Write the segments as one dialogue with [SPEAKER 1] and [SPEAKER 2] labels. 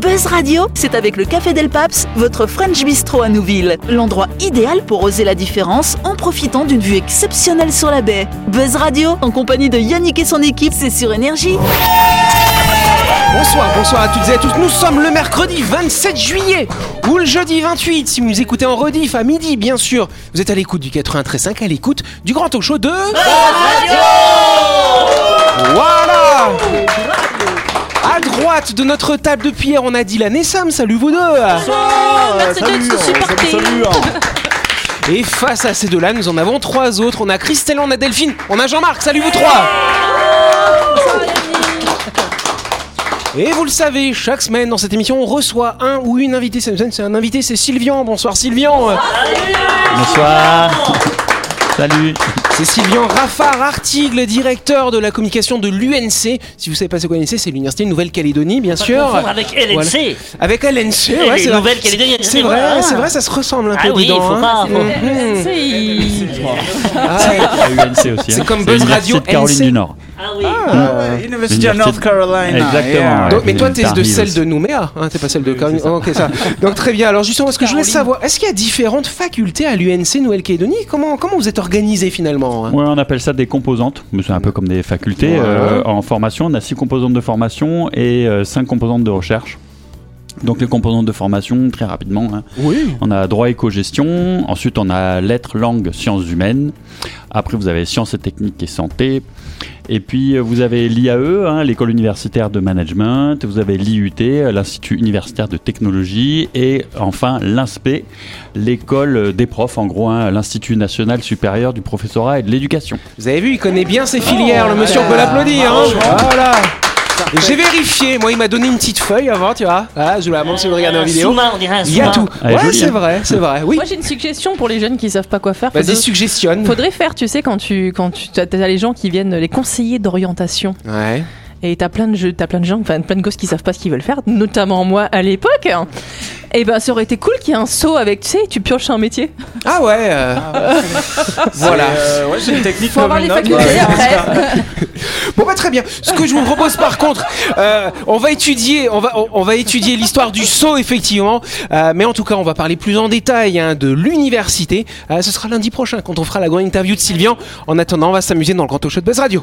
[SPEAKER 1] Buzz Radio, c'est avec le Café Del Paps, votre French Bistro à Nouville. L'endroit idéal pour oser la différence en profitant d'une vue exceptionnelle sur la baie. Buzz Radio, en compagnie de Yannick et son équipe, c'est sur Énergie.
[SPEAKER 2] Bonsoir, bonsoir à toutes et à tous. Nous sommes le mercredi 27 juillet ou le jeudi 28 si vous nous écoutez en rediff à midi, bien sûr. Vous êtes à l'écoute du 93.5, à l'écoute du grand talk show de... Voilà À droite de notre table de pierre, on a Dylan et Sam. Salut vous deux
[SPEAKER 3] merci d'être supporté.
[SPEAKER 4] hein.
[SPEAKER 2] Et face à ces deux-là, nous en avons trois autres. On a Christelle, on a Delphine, on a Jean-Marc. Salut vous trois Et vous le savez, chaque semaine dans cette émission, on reçoit un ou une invitée. Cette semaine, c'est un invité, c'est Sylvian. Bonsoir Sylvian
[SPEAKER 5] Bonsoir. Salut.
[SPEAKER 2] C'est Sylvian Raffard Artigle, directeur de la communication de l'UNC. Si vous savez pas ce qu'est l'UNC, c'est l'Université de Nouvelle-Calédonie, bien sûr.
[SPEAKER 6] confondre avec LNC.
[SPEAKER 2] Avec LNC,
[SPEAKER 6] Et
[SPEAKER 2] ouais,
[SPEAKER 6] les
[SPEAKER 2] c'est vrai.
[SPEAKER 6] Nouvelles-Calédoniennes,
[SPEAKER 2] C'est vrai,
[SPEAKER 6] voilà.
[SPEAKER 2] c'est vrai, ça se ressemble un peu
[SPEAKER 6] Ah oui,
[SPEAKER 2] dedans,
[SPEAKER 6] faut
[SPEAKER 2] hein.
[SPEAKER 6] pas- faut-
[SPEAKER 2] Mhm.
[SPEAKER 3] Si.
[SPEAKER 2] Ah ouais.
[SPEAKER 5] À UNC aussi. hein.
[SPEAKER 2] C'est comme
[SPEAKER 5] C'est
[SPEAKER 2] Buzz
[SPEAKER 5] l'université
[SPEAKER 2] Radio
[SPEAKER 5] de Caroline
[SPEAKER 2] NC.
[SPEAKER 5] du Nord.
[SPEAKER 6] Ah oui.
[SPEAKER 4] hein.
[SPEAKER 5] University of North Carolina. Exactement.
[SPEAKER 2] Donc, mais toi,
[SPEAKER 5] Une
[SPEAKER 2] t'es de
[SPEAKER 5] Paris
[SPEAKER 2] celle
[SPEAKER 5] aussi.
[SPEAKER 2] de Nouméa, hein, t'es pas celle de Caroline. Oh, ok, ça. Donc très bien. Alors justement, ce que je voulais savoir, est-ce qu'il y a différentes facultés à l'UNC Nouvelle-Calédonie Comment comment vous êtes organisés finalement hein
[SPEAKER 5] Ouais, on appelle ça des composantes, mais c'est un peu comme des facultés.
[SPEAKER 2] Ouais.
[SPEAKER 5] Euh, en formation, on a six composantes de formation et euh, cinq composantes de recherche. Donc les composantes de formation, très rapidement, hein.
[SPEAKER 2] Oui.
[SPEAKER 5] on a droit éco-gestion, ensuite on a lettres, langues, sciences humaines, après vous avez sciences et techniques et santé, et puis euh, vous avez l'IAE, hein, l'école universitaire de management, vous avez l'IUT, euh, l'Institut universitaire de technologie, et enfin l'INSPE, l'école euh, des profs, en gros hein, l'Institut national supérieur du professorat et de l'éducation.
[SPEAKER 2] Vous avez vu, il connaît bien
[SPEAKER 3] Oh,
[SPEAKER 2] ses filières. le monsieur, on peut
[SPEAKER 3] voilà.
[SPEAKER 2] l'applaudir. hein. Voilà. J'ai vérifié. Moi, il m'a donné une petite feuille avant, tu vois. Ah, je vous la montre si vous regardez en vidéo.
[SPEAKER 6] Souma, Euh, on dirait un
[SPEAKER 2] Il y a
[SPEAKER 6] Souma.
[SPEAKER 2] tout.
[SPEAKER 5] Elle est
[SPEAKER 2] Ouais,
[SPEAKER 5] jolie,
[SPEAKER 2] c'est
[SPEAKER 5] hein.
[SPEAKER 2] vrai, c'est vrai. Oui.
[SPEAKER 3] Moi j'ai une suggestion pour les jeunes qui savent pas quoi faire.
[SPEAKER 2] Vas-y,
[SPEAKER 3] Faudrait-
[SPEAKER 2] suggestionne.
[SPEAKER 3] Faudrait faire, tu sais, quand tu, quand tu t'as t'as les gens qui viennent, les conseillers d'orientation,
[SPEAKER 2] Ouais.
[SPEAKER 3] et t'as plein de jeux, t'as plein de gens, enfin plein de gosses qui savent pas ce qu'ils veulent faire, notamment moi à l'époque. Et ben, ça aurait été cool qu'il y ait un saut avec, tu sais, tu pioches un métier.
[SPEAKER 2] Ah ouais. euh, voilà.
[SPEAKER 4] euh,
[SPEAKER 7] ouais, c'est une technique
[SPEAKER 3] Faut avoir les facultés après.
[SPEAKER 2] Bon bah très bien. Ce que je vous propose par contre, euh, on va étudier, on va, on, on va étudier l'histoire du saut effectivement, Euh, mais en tout cas on va parler plus en détail hein, de l'université. Euh, ce sera lundi prochain quand on fera la grande interview de Sylvian. En attendant, on va s'amuser dans le grand talk show de Buzz Radio.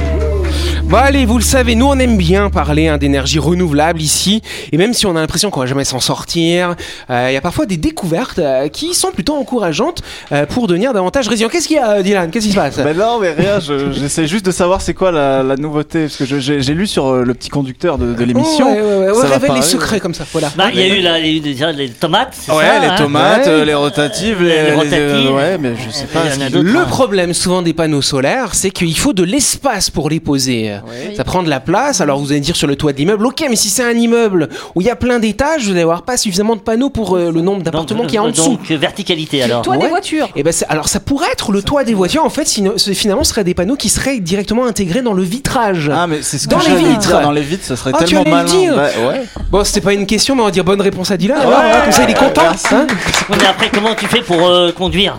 [SPEAKER 2] Bon allez, vous le savez, nous on aime bien parler hein, d'énergie renouvelable ici, et même si on a l'impression qu'on va jamais s'en sortir, euh, il y a parfois des découvertes euh, qui sont plutôt encourageantes euh, pour devenir davantage résilient. Qu'est-ce qu'il y a, euh, Dylan Qu'est-ce qui se passe
[SPEAKER 4] Ben non, mais rien, je- j'essaie juste de savoir c'est quoi la, la nouveauté. Parce que je- j'ai j'ai lu sur euh, le petit conducteur de, de l'émission.
[SPEAKER 2] Ouais, ouais, ouais, ouais,
[SPEAKER 4] ça va
[SPEAKER 2] révèle les
[SPEAKER 4] parler,
[SPEAKER 2] secrets comme ça, voilà.
[SPEAKER 6] Bah, il y a eu, là, il y a eu déjà les tomates. c'est
[SPEAKER 4] Ouais,
[SPEAKER 6] ça,
[SPEAKER 4] les
[SPEAKER 6] hein
[SPEAKER 4] tomates,
[SPEAKER 2] Ouais.
[SPEAKER 4] euh, les rotatives, les.
[SPEAKER 6] Les
[SPEAKER 4] les-
[SPEAKER 6] rotatives.
[SPEAKER 4] euh, ouais, mais je sais
[SPEAKER 6] Il
[SPEAKER 4] pas.
[SPEAKER 6] y en a
[SPEAKER 4] ce
[SPEAKER 6] d'autres.
[SPEAKER 4] qui-
[SPEAKER 2] Le problème souvent des panneaux solaires, c'est qu'il faut de l'espace pour les poser. Ça prend de la place, alors vous allez dire sur le toit de l'immeuble, ok, mais si c'est un immeuble où il y a plein d'étages, vous allez avoir pas suffisamment de panneaux pour euh, le nombre
[SPEAKER 6] Donc,
[SPEAKER 2] d'appartements qu'il y a en
[SPEAKER 6] euh,
[SPEAKER 2] dessous.
[SPEAKER 6] Donc, euh, verticalité alors.
[SPEAKER 3] Toi des
[SPEAKER 2] Ouais.
[SPEAKER 3] voitures.
[SPEAKER 2] Et ben c'est- alors ça pourrait être le toit des voitures, en fait, sinon- c'est- finalement, ce serait des panneaux qui seraient directement intégrés dans le vitrage.
[SPEAKER 4] Ah, mais c'est ce que
[SPEAKER 2] Dans les
[SPEAKER 4] j'allais
[SPEAKER 2] vitres.
[SPEAKER 4] dire, Dans les vitres, ça serait
[SPEAKER 2] Ah, tu
[SPEAKER 4] tellement
[SPEAKER 2] allais le
[SPEAKER 4] malin.
[SPEAKER 2] dire.
[SPEAKER 4] Bah, ouais.
[SPEAKER 2] Bon, c'était pas une question, mais on va dire bonne réponse à Dylan, alors, hein, comme ça il est content. hein.
[SPEAKER 6] Ouais, mais après, comment tu fais pour euh, conduire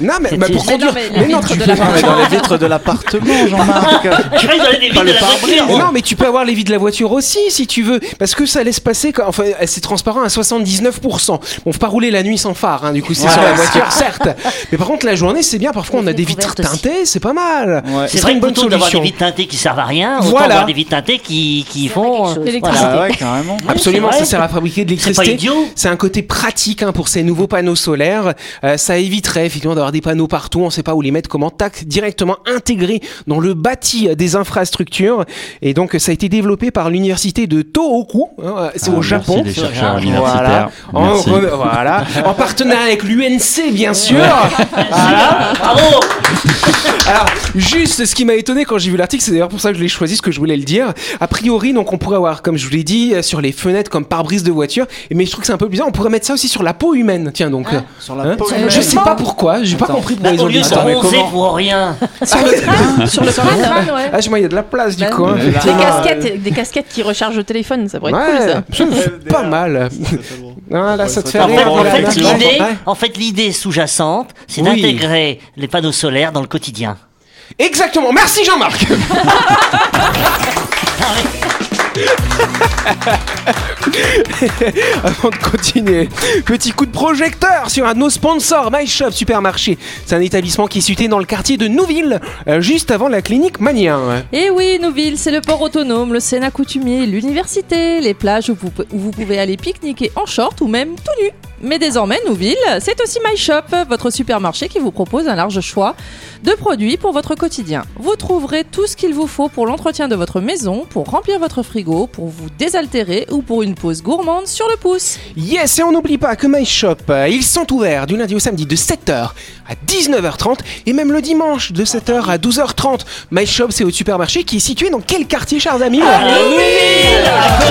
[SPEAKER 2] non, mais
[SPEAKER 6] C'est-
[SPEAKER 2] bah, pour
[SPEAKER 6] Mais
[SPEAKER 2] conduire.
[SPEAKER 3] non, mais les vitres
[SPEAKER 2] tu
[SPEAKER 3] de
[SPEAKER 2] peux
[SPEAKER 3] la
[SPEAKER 2] pas-
[SPEAKER 4] Ah, mais dans les vitres de l'appartement, Jean-Marc.
[SPEAKER 6] Je crois que dans les vides de la voiture.
[SPEAKER 2] Mais non, mais tu peux avoir les vies de la voiture aussi si tu veux, parce que ça laisse passer. quand- Enfin, c'est transparent à 79%. Bon, faut pas rouler la nuit sans phare, hein, du coup, c'est
[SPEAKER 4] Ouais.
[SPEAKER 2] sur la voiture, certes. Mais par contre, la journée, c'est bien. Parfois, on a
[SPEAKER 6] Les
[SPEAKER 2] des
[SPEAKER 6] vitres
[SPEAKER 2] vitres
[SPEAKER 6] ouvertes aussi.
[SPEAKER 2] teintées, c'est pas mal.
[SPEAKER 4] Ouais.
[SPEAKER 2] Ce
[SPEAKER 6] C'est
[SPEAKER 2] serait
[SPEAKER 6] vrai
[SPEAKER 2] une
[SPEAKER 6] que
[SPEAKER 2] bonne
[SPEAKER 6] plutôt d'avoir des
[SPEAKER 2] solution.
[SPEAKER 6] vides teintés qui servent à rien, autant
[SPEAKER 2] Voilà.
[SPEAKER 6] avoir des vides teintées qui, qui font. euh,
[SPEAKER 3] L'électricité.
[SPEAKER 6] voilà.
[SPEAKER 4] Ah ouais, carrément.
[SPEAKER 2] Absolument,
[SPEAKER 6] c'est
[SPEAKER 2] ça
[SPEAKER 6] vrai.
[SPEAKER 2] sert à fabriquer de
[SPEAKER 6] C'est pas
[SPEAKER 2] l'électricité.
[SPEAKER 6] idiot.
[SPEAKER 2] C'est un côté pratique hein, pour ces nouveaux panneaux solaires. Euh, ça éviterait effectivement d'avoir des panneaux partout. On ne sait pas où les mettre, comment tac directement intégrés dans le bâti euh, des infrastructures. Et donc euh, ça a été développé par l'université de Tohoku, hein, euh, c'est
[SPEAKER 5] Ah,
[SPEAKER 2] au
[SPEAKER 5] merci
[SPEAKER 2] Japon.
[SPEAKER 5] les chercheurs
[SPEAKER 6] Voilà.
[SPEAKER 5] universitaires.
[SPEAKER 2] Ah, En,
[SPEAKER 5] Merci.
[SPEAKER 2] re- voilà. en partenariat avec l'UNC, bien sûr. Ah, Voilà.
[SPEAKER 6] Ah, Bravo
[SPEAKER 2] Alors, juste ce qui m'a étonné quand j'ai vu l'article, c'est d'ailleurs pour ça que je l'ai choisi, ce que je voulais le dire. A priori, donc on pourrait avoir, comme je vous l'ai dit, euh, sur les fenêtres comme pare-brise de
[SPEAKER 3] Ah,
[SPEAKER 2] voiture. Et- Mais je trouve que c'est un peu bizarre. On pourrait mettre ça aussi sur la peau humaine. Tiens donc. euh,
[SPEAKER 4] Sur
[SPEAKER 2] hein.
[SPEAKER 4] la peau
[SPEAKER 2] je sais
[SPEAKER 4] humaine.
[SPEAKER 2] pas pourquoi. Je j'ai pas
[SPEAKER 4] Attends.
[SPEAKER 2] compris pourquoi
[SPEAKER 6] Bah,
[SPEAKER 2] ils
[SPEAKER 6] au
[SPEAKER 2] ont
[SPEAKER 6] lieu
[SPEAKER 2] dit
[SPEAKER 6] de se
[SPEAKER 2] ça.
[SPEAKER 4] mais
[SPEAKER 6] bronzer
[SPEAKER 4] comment
[SPEAKER 6] pour rien.
[SPEAKER 3] Sur le crâne, sur le crâne.
[SPEAKER 2] Ah, je vois, il y a de la place du
[SPEAKER 3] Bah,
[SPEAKER 2] coup. hein,
[SPEAKER 4] oui.
[SPEAKER 3] Des
[SPEAKER 2] effectivement.
[SPEAKER 3] casquettes, des casquettes qui rechargent le téléphone, ça pourrait être cool
[SPEAKER 2] Ouais,
[SPEAKER 3] ça.
[SPEAKER 2] absolument, pas mal. Ah, là, ça te fait
[SPEAKER 6] En fait,
[SPEAKER 2] rire.
[SPEAKER 6] en
[SPEAKER 2] là,
[SPEAKER 6] fait,
[SPEAKER 2] là, là.
[SPEAKER 6] l'idée,
[SPEAKER 2] Ouais.
[SPEAKER 6] en fait, l'idée sous-jacente, c'est
[SPEAKER 2] Oui.
[SPEAKER 6] d'intégrer les panneaux solaires dans le quotidien.
[SPEAKER 2] Exactement. Merci Jean-Marc. Avant de continuer, petit coup de projecteur sur un de nos sponsors, My Shop Supermarché. C'est un établissement qui est situé dans le quartier de Nouville, euh, juste avant la clinique Mania.
[SPEAKER 8] Et Eh oui, Nouville, c'est le port autonome, le Sénat coutumier, l'université, les plages où vous, où vous pouvez aller pique-niquer en short ou même tout nu. Mais désormais, Nouville, c'est aussi My Shop, votre supermarché qui vous propose un large choix de produits pour votre quotidien. Vous trouverez tout ce qu'il vous faut pour l'entretien de votre maison, pour remplir votre frigo, pour vous désaltérer ou pour une pause gourmande sur le pouce.
[SPEAKER 2] Yes, et on n'oublie pas que My Shop, euh, ils sont ouverts du lundi au samedi de 7h à 19h30 et même le dimanche de 7h à 12h30. My Shop, c'est au supermarché qui est situé dans quel quartier, chers amis
[SPEAKER 6] À côté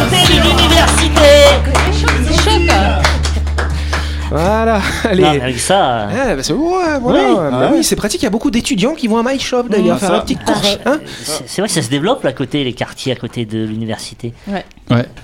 [SPEAKER 6] de l'université.
[SPEAKER 2] Voilà, allez.
[SPEAKER 6] Non, mais avec ça. euh,
[SPEAKER 2] Ah, bah, c'est- ouais, voilà.
[SPEAKER 6] Oui.
[SPEAKER 2] Bah
[SPEAKER 4] Ah
[SPEAKER 2] oui,
[SPEAKER 4] ouais.
[SPEAKER 2] c'est pratique. Il y a beaucoup d'étudiants qui vont à My Shop d'ailleurs
[SPEAKER 4] Mmh,
[SPEAKER 2] faire
[SPEAKER 4] ça.
[SPEAKER 2] la petite course. hein.
[SPEAKER 6] C'est c'est vrai que ça se développe là, à côté, les quartiers à côté de l'université.
[SPEAKER 5] Ouais.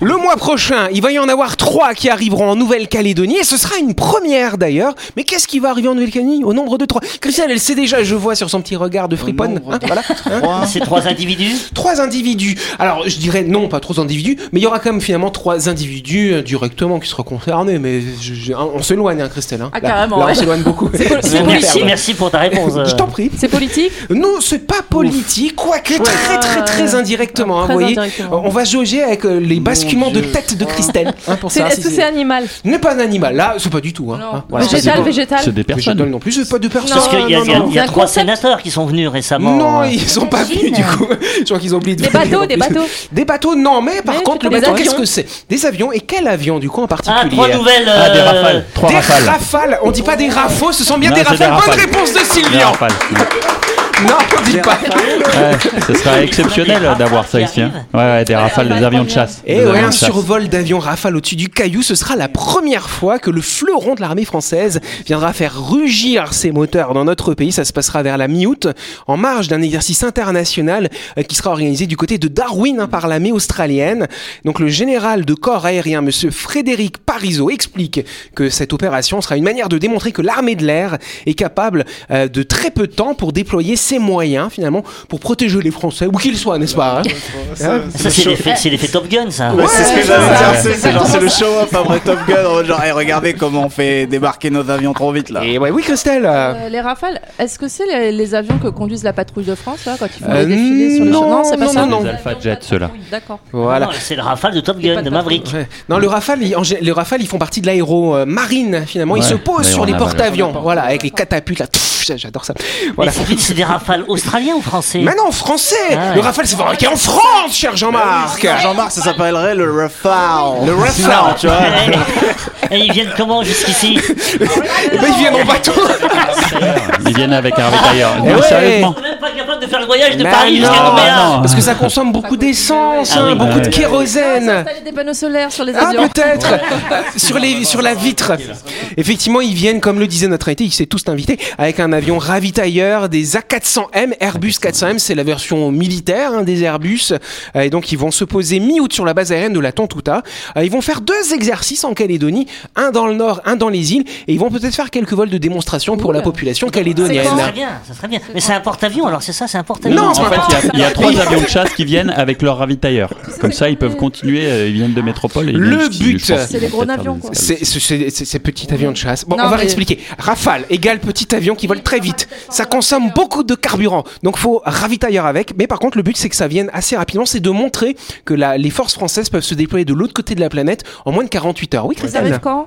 [SPEAKER 2] Le mois prochain, il va y en avoir trois qui arriveront en Nouvelle-Calédonie et ce sera une première d'ailleurs. Mais qu'est-ce qui va arriver en Nouvelle-Calédonie au nombre de trois Christiane, elle sait déjà, je vois sur son petit regard de friponne.
[SPEAKER 4] nombre
[SPEAKER 2] hein,
[SPEAKER 4] de
[SPEAKER 2] voilà. hein.
[SPEAKER 4] Trois.
[SPEAKER 6] Ces Ah, trois individus.
[SPEAKER 2] Trois individus. Alors, je dirais non, pas trois individus, mais il y aura quand même finalement trois individus euh, directement qui seront concernés. Mais je- je- on s'éloigne, hein, Christelle. hein.
[SPEAKER 8] Ah,
[SPEAKER 2] Là-
[SPEAKER 8] carrément,
[SPEAKER 2] là, on
[SPEAKER 8] ouais.
[SPEAKER 2] s'éloigne beaucoup.
[SPEAKER 8] C'est poli- c'est
[SPEAKER 6] Merci,
[SPEAKER 8] politique.
[SPEAKER 6] merci pour ta réponse. euh.
[SPEAKER 2] Je t'en prie.
[SPEAKER 8] C'est politique
[SPEAKER 2] Non, c'est pas politique, quoique très très très indirectement. hein,
[SPEAKER 8] Très
[SPEAKER 2] vous voyez,
[SPEAKER 8] indirectement.
[SPEAKER 2] on va jauger avec euh, les
[SPEAKER 4] Mon
[SPEAKER 2] basculements de
[SPEAKER 4] Dieu.
[SPEAKER 2] tête de Christelle. hein, pour
[SPEAKER 8] C'est-
[SPEAKER 2] ça,
[SPEAKER 8] Est-ce que
[SPEAKER 2] si
[SPEAKER 8] c'est animal
[SPEAKER 2] n'est pas un animal. Là, c'est pas du tout. Hein, hein, voilà.
[SPEAKER 8] Végétal,
[SPEAKER 2] C'est pas-
[SPEAKER 8] végétal
[SPEAKER 5] C'est des
[SPEAKER 2] Végétal
[SPEAKER 5] personnes.
[SPEAKER 2] non plus, c'est pas de personnes.
[SPEAKER 6] Parce qu'il y a,
[SPEAKER 2] non,
[SPEAKER 6] il y a-
[SPEAKER 2] non.
[SPEAKER 6] il y a
[SPEAKER 8] C'est un
[SPEAKER 6] trois
[SPEAKER 8] concept.
[SPEAKER 6] sénateurs qui sont venus récemment.
[SPEAKER 2] Non,
[SPEAKER 6] euh.
[SPEAKER 2] ils sont pas venus du coup. Je crois qu'ils ont oublié de
[SPEAKER 8] Des
[SPEAKER 2] venir,
[SPEAKER 8] bateaux,
[SPEAKER 2] en
[SPEAKER 8] des
[SPEAKER 2] plus.
[SPEAKER 8] bateaux.
[SPEAKER 2] Des bateaux, non, mais par
[SPEAKER 8] Mais
[SPEAKER 2] contre,
[SPEAKER 8] tu
[SPEAKER 2] le
[SPEAKER 8] peux- des
[SPEAKER 2] bateau, qu'est-ce
[SPEAKER 8] avions.
[SPEAKER 2] que c'est Des avions, et quel avion du coup en particulier
[SPEAKER 6] Ah, trois nouvelles.
[SPEAKER 5] Ah, des
[SPEAKER 6] euh,
[SPEAKER 5] rafales. Trois
[SPEAKER 2] Des
[SPEAKER 5] rafales.
[SPEAKER 2] rafales, on dit pas des rafaux, ce sont bien
[SPEAKER 5] Non,
[SPEAKER 2] des
[SPEAKER 5] c'est
[SPEAKER 2] rafales.
[SPEAKER 5] des
[SPEAKER 2] Bonne
[SPEAKER 5] rafales.
[SPEAKER 2] réponse de
[SPEAKER 5] Des
[SPEAKER 2] Sylvian
[SPEAKER 5] rafales.
[SPEAKER 2] Non, on dit pas
[SPEAKER 5] Ouais, ce serait exceptionnel euh, d'avoir ça ici. hein. Ouais, ouais, des rafales, des avions de chasse.
[SPEAKER 2] Et
[SPEAKER 5] Des
[SPEAKER 2] Eh ouais,
[SPEAKER 5] avions
[SPEAKER 2] un
[SPEAKER 5] de chasse.
[SPEAKER 2] survol d'avion rafale au-dessus du caillou, ce sera la première fois que le fleuron de l'armée française viendra faire rugir ses moteurs dans notre pays. Ça se passera vers la mi-août, en marge d'un exercice international euh, qui sera organisé du côté de Darwin hein, par l'armée australienne. Donc le général de corps aérien, monsieur Frédéric Parisot, explique que cette opération sera une manière de démontrer que l'armée de l'air est capable euh, de très peu de temps pour déployer ses moyens, finalement, pour protéger les Français, où qu'ils soient, n'est-ce pas hein
[SPEAKER 4] Ça,
[SPEAKER 6] Ça, c'est l'effet c'est l'effet Top Gun, ça.
[SPEAKER 4] Ouais, c'est ce que
[SPEAKER 8] c'est
[SPEAKER 4] j'allais
[SPEAKER 8] ça.
[SPEAKER 4] dire,
[SPEAKER 8] C'est
[SPEAKER 4] c'est- c'est genre,
[SPEAKER 8] exactement
[SPEAKER 4] c'est le show-up après Top Gun, en mode genre, hey, regardez comment on fait débarquer nos avions trop vite là.
[SPEAKER 2] Et ouais, oui, Christelle euh,
[SPEAKER 8] Euh, les rafales, est-ce que c'est les, les avions que conduisent la patrouille de France là, quand ils font
[SPEAKER 2] Euh,
[SPEAKER 8] les défilés sur les
[SPEAKER 2] non,
[SPEAKER 8] chemins Non, c'est pas
[SPEAKER 2] non,
[SPEAKER 8] ça.
[SPEAKER 2] non, non.
[SPEAKER 5] Des Alpha Jets, ceux-là.
[SPEAKER 8] D'accord.
[SPEAKER 2] Voilà.
[SPEAKER 6] Ah Non, C'est le rafale de Top
[SPEAKER 8] C'est
[SPEAKER 6] Gun,
[SPEAKER 8] pas
[SPEAKER 6] de
[SPEAKER 8] le Top Gun.
[SPEAKER 6] Maverick.
[SPEAKER 2] Ouais. Non, le Rafale, il- en gé- les Rafales, ils font partie de l'aéro euh, marine finalement. Ils
[SPEAKER 5] Ouais,
[SPEAKER 2] se posent sur
[SPEAKER 5] l'aéro
[SPEAKER 2] les
[SPEAKER 5] naval.
[SPEAKER 2] porte-avions, voilà, avec les catapultes. Là, Pff, j'a- j'adore ça. Voilà.
[SPEAKER 6] Mais c'est- c'est des rafales australiens ou français
[SPEAKER 2] Mais non, français.
[SPEAKER 6] Ah ouais. Ah
[SPEAKER 2] Le Rafale, c'est fabriqué en France, cher Jean-Marc.
[SPEAKER 4] Jean-Marc, ça s'appellerait le Rafale.
[SPEAKER 2] Le Rafale.
[SPEAKER 4] tu vois.
[SPEAKER 6] Et Eh, ils viennent comment jusqu'ici
[SPEAKER 2] Eh ben, ils viennent en bateau.
[SPEAKER 5] Ils viennent avec un ravitailleur. Non,
[SPEAKER 2] Eh ouais.
[SPEAKER 5] sérieusement.
[SPEAKER 6] On n'est même pas capable de faire le voyage de
[SPEAKER 2] Mais
[SPEAKER 6] Paris
[SPEAKER 2] non,
[SPEAKER 6] jusqu'à
[SPEAKER 5] non.
[SPEAKER 6] Nouméa.
[SPEAKER 2] Parce que ça consomme beaucoup d'essence,
[SPEAKER 6] Ah
[SPEAKER 2] hein,
[SPEAKER 6] oui.
[SPEAKER 2] beaucoup de
[SPEAKER 5] Ouais.
[SPEAKER 6] Ah,
[SPEAKER 2] kérosène.
[SPEAKER 8] installer des panneaux solaires sur les
[SPEAKER 2] Ah
[SPEAKER 8] avions.
[SPEAKER 2] peut-être sur les sur la vitre. Effectivement, ils viennent comme le disait notre invité, ils s'est tous invités avec un avion ravitailleur des A400M Airbus 400M, c'est la version militaire hein, des Airbus Euh, et donc ils vont se poser mi-août sur la base aérienne de la Tontouta. Euh, Ils vont faire deux exercices en Calédonie, un dans le nord, un dans les îles et ils vont peut-être faire quelques vols de démonstration pour la population calédonienne.
[SPEAKER 6] Ça serait bien, ça serait bien. Mais c'est un porte-avions, alors c'est ça, c'est un porte-avions.
[SPEAKER 2] Non,
[SPEAKER 5] En
[SPEAKER 2] c'est pas-
[SPEAKER 5] fait, il y a- il y, a trois avions de chasse qui viennent avec leur ravitailleur. Comme ça, ils peuvent continuer. euh, Ils viennent de métropole. Et ils
[SPEAKER 2] Le
[SPEAKER 5] viennent jusqu'ici.
[SPEAKER 2] but.
[SPEAKER 5] Je pense qu'ils
[SPEAKER 8] C'est les
[SPEAKER 5] vont
[SPEAKER 8] gros
[SPEAKER 5] peut-être
[SPEAKER 8] avions,
[SPEAKER 5] faire
[SPEAKER 8] quoi.
[SPEAKER 5] des-
[SPEAKER 2] C'est c'est- c'est- c'est- ces petits avions de chasse. Bon,
[SPEAKER 8] Non,
[SPEAKER 2] on va
[SPEAKER 8] mais-
[SPEAKER 2] réexpliquer. Rafale égale petit avion qui vole très vite. Ça consomme beaucoup de carburant, donc faut ravitailleur avec. Mais par contre, le but c'est que ça vienne assez rapidement. C'est de montrer que la- les forces françaises peuvent se déployer de l'autre côté de la planète en moins de 48 heures. Oui,
[SPEAKER 8] Ils arrivent
[SPEAKER 2] Christelle.
[SPEAKER 8] quand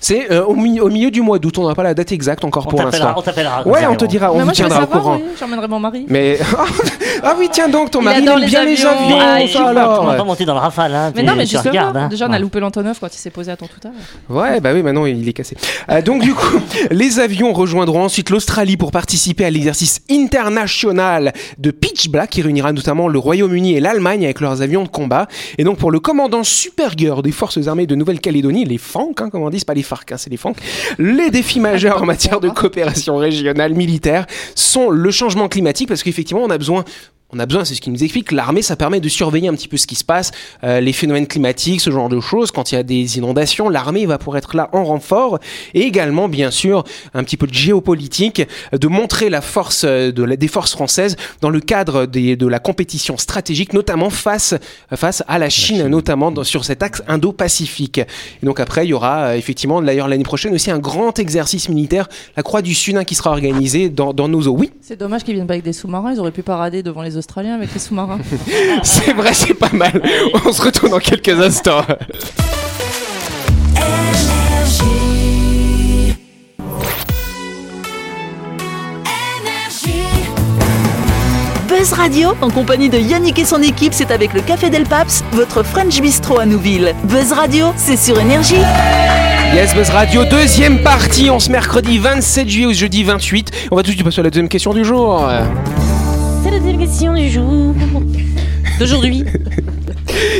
[SPEAKER 2] C'est euh, au, mi- au milieu du mois d'août. On n'a pas la date exacte encore
[SPEAKER 6] On
[SPEAKER 2] pour
[SPEAKER 6] t'appellera,
[SPEAKER 2] l'instant.
[SPEAKER 6] on t'appellera. quand
[SPEAKER 2] Ouais,
[SPEAKER 6] nous
[SPEAKER 2] on te
[SPEAKER 6] arriverons.
[SPEAKER 2] dira, on
[SPEAKER 8] Mais
[SPEAKER 2] vous
[SPEAKER 8] Moi je veux
[SPEAKER 2] tiendra au
[SPEAKER 8] savoir,
[SPEAKER 2] courant.
[SPEAKER 8] oui, j'emmènerai mon mari.
[SPEAKER 2] Mais ah oui, tiens donc, ton
[SPEAKER 8] Il
[SPEAKER 2] mari il
[SPEAKER 8] adore
[SPEAKER 2] aime
[SPEAKER 8] les
[SPEAKER 2] bien les
[SPEAKER 8] avions.
[SPEAKER 2] avions.
[SPEAKER 8] Ah,
[SPEAKER 6] Mais
[SPEAKER 8] il
[SPEAKER 6] tu
[SPEAKER 2] ça
[SPEAKER 8] faut-
[SPEAKER 6] ne
[SPEAKER 2] alors.
[SPEAKER 6] pas monter dans le rafale. Hein,
[SPEAKER 8] Mais
[SPEAKER 6] tu-
[SPEAKER 8] non, mais
[SPEAKER 6] tu
[SPEAKER 8] justement,
[SPEAKER 6] regardes, hein.
[SPEAKER 8] déjà on a
[SPEAKER 6] Ouais.
[SPEAKER 8] loupé l'Antonov quand il s'est posé à ton tout à l'heure.
[SPEAKER 2] Ouais, bah oui, maintenant il est cassé. Euh, donc du coup, les avions rejoindront ensuite l'Australie pour participer à l'exercice international de Pitch Black qui réunira notamment le Royaume-Uni et l'Allemagne avec leurs avions de combat. Et donc pour le commandant supérieur des forces armées de Nouvelle-Calédonie, les FANC, hein, comme on dit, c'est pas les FARC, hein, c'est les FANC. Les défis majeurs en matière de coopération régionale militaire sont le changement climatique, parce qu'effectivement, on a besoin. On a besoin, c'est ce qui nous explique, que l'armée, ça permet de surveiller un petit peu ce qui se passe, euh, les phénomènes climatiques, ce genre de choses. Quand il y a des inondations, l'armée va pour être là en renfort. Et également, bien sûr, un petit peu de géopolitique, euh, de montrer la force euh, de la, des forces françaises dans le cadre des- de la compétition stratégique, notamment face, euh, face à la Chine, notamment dans- sur cet axe indo-pacifique. Et donc après, il y aura euh, effectivement, d'ailleurs l'année prochaine aussi, un grand exercice militaire, la Croix du Sud, hein, qui sera organisé dans, dans nos eaux. Oui,
[SPEAKER 8] C'est dommage qu'ils viennent pas avec des sous-marins, ils auraient pu parader devant les Australiens avec les sous-marins.
[SPEAKER 2] c'est vrai, c'est pas mal. On se retourne dans quelques instants.
[SPEAKER 1] Buzz Radio, en compagnie de Yannick et son équipe, c'est avec le Café Del Paps, votre French Bistro à Nouville. Buzz Radio, c'est sur Énergie.
[SPEAKER 2] Yes Buzz Radio, deuxième partie, on se mercredi 27 juillet au jeudi 28. On va tout de suite passer à la deuxième question du jour.
[SPEAKER 9] C'est la deuxième question du jour. D'aujourd'hui.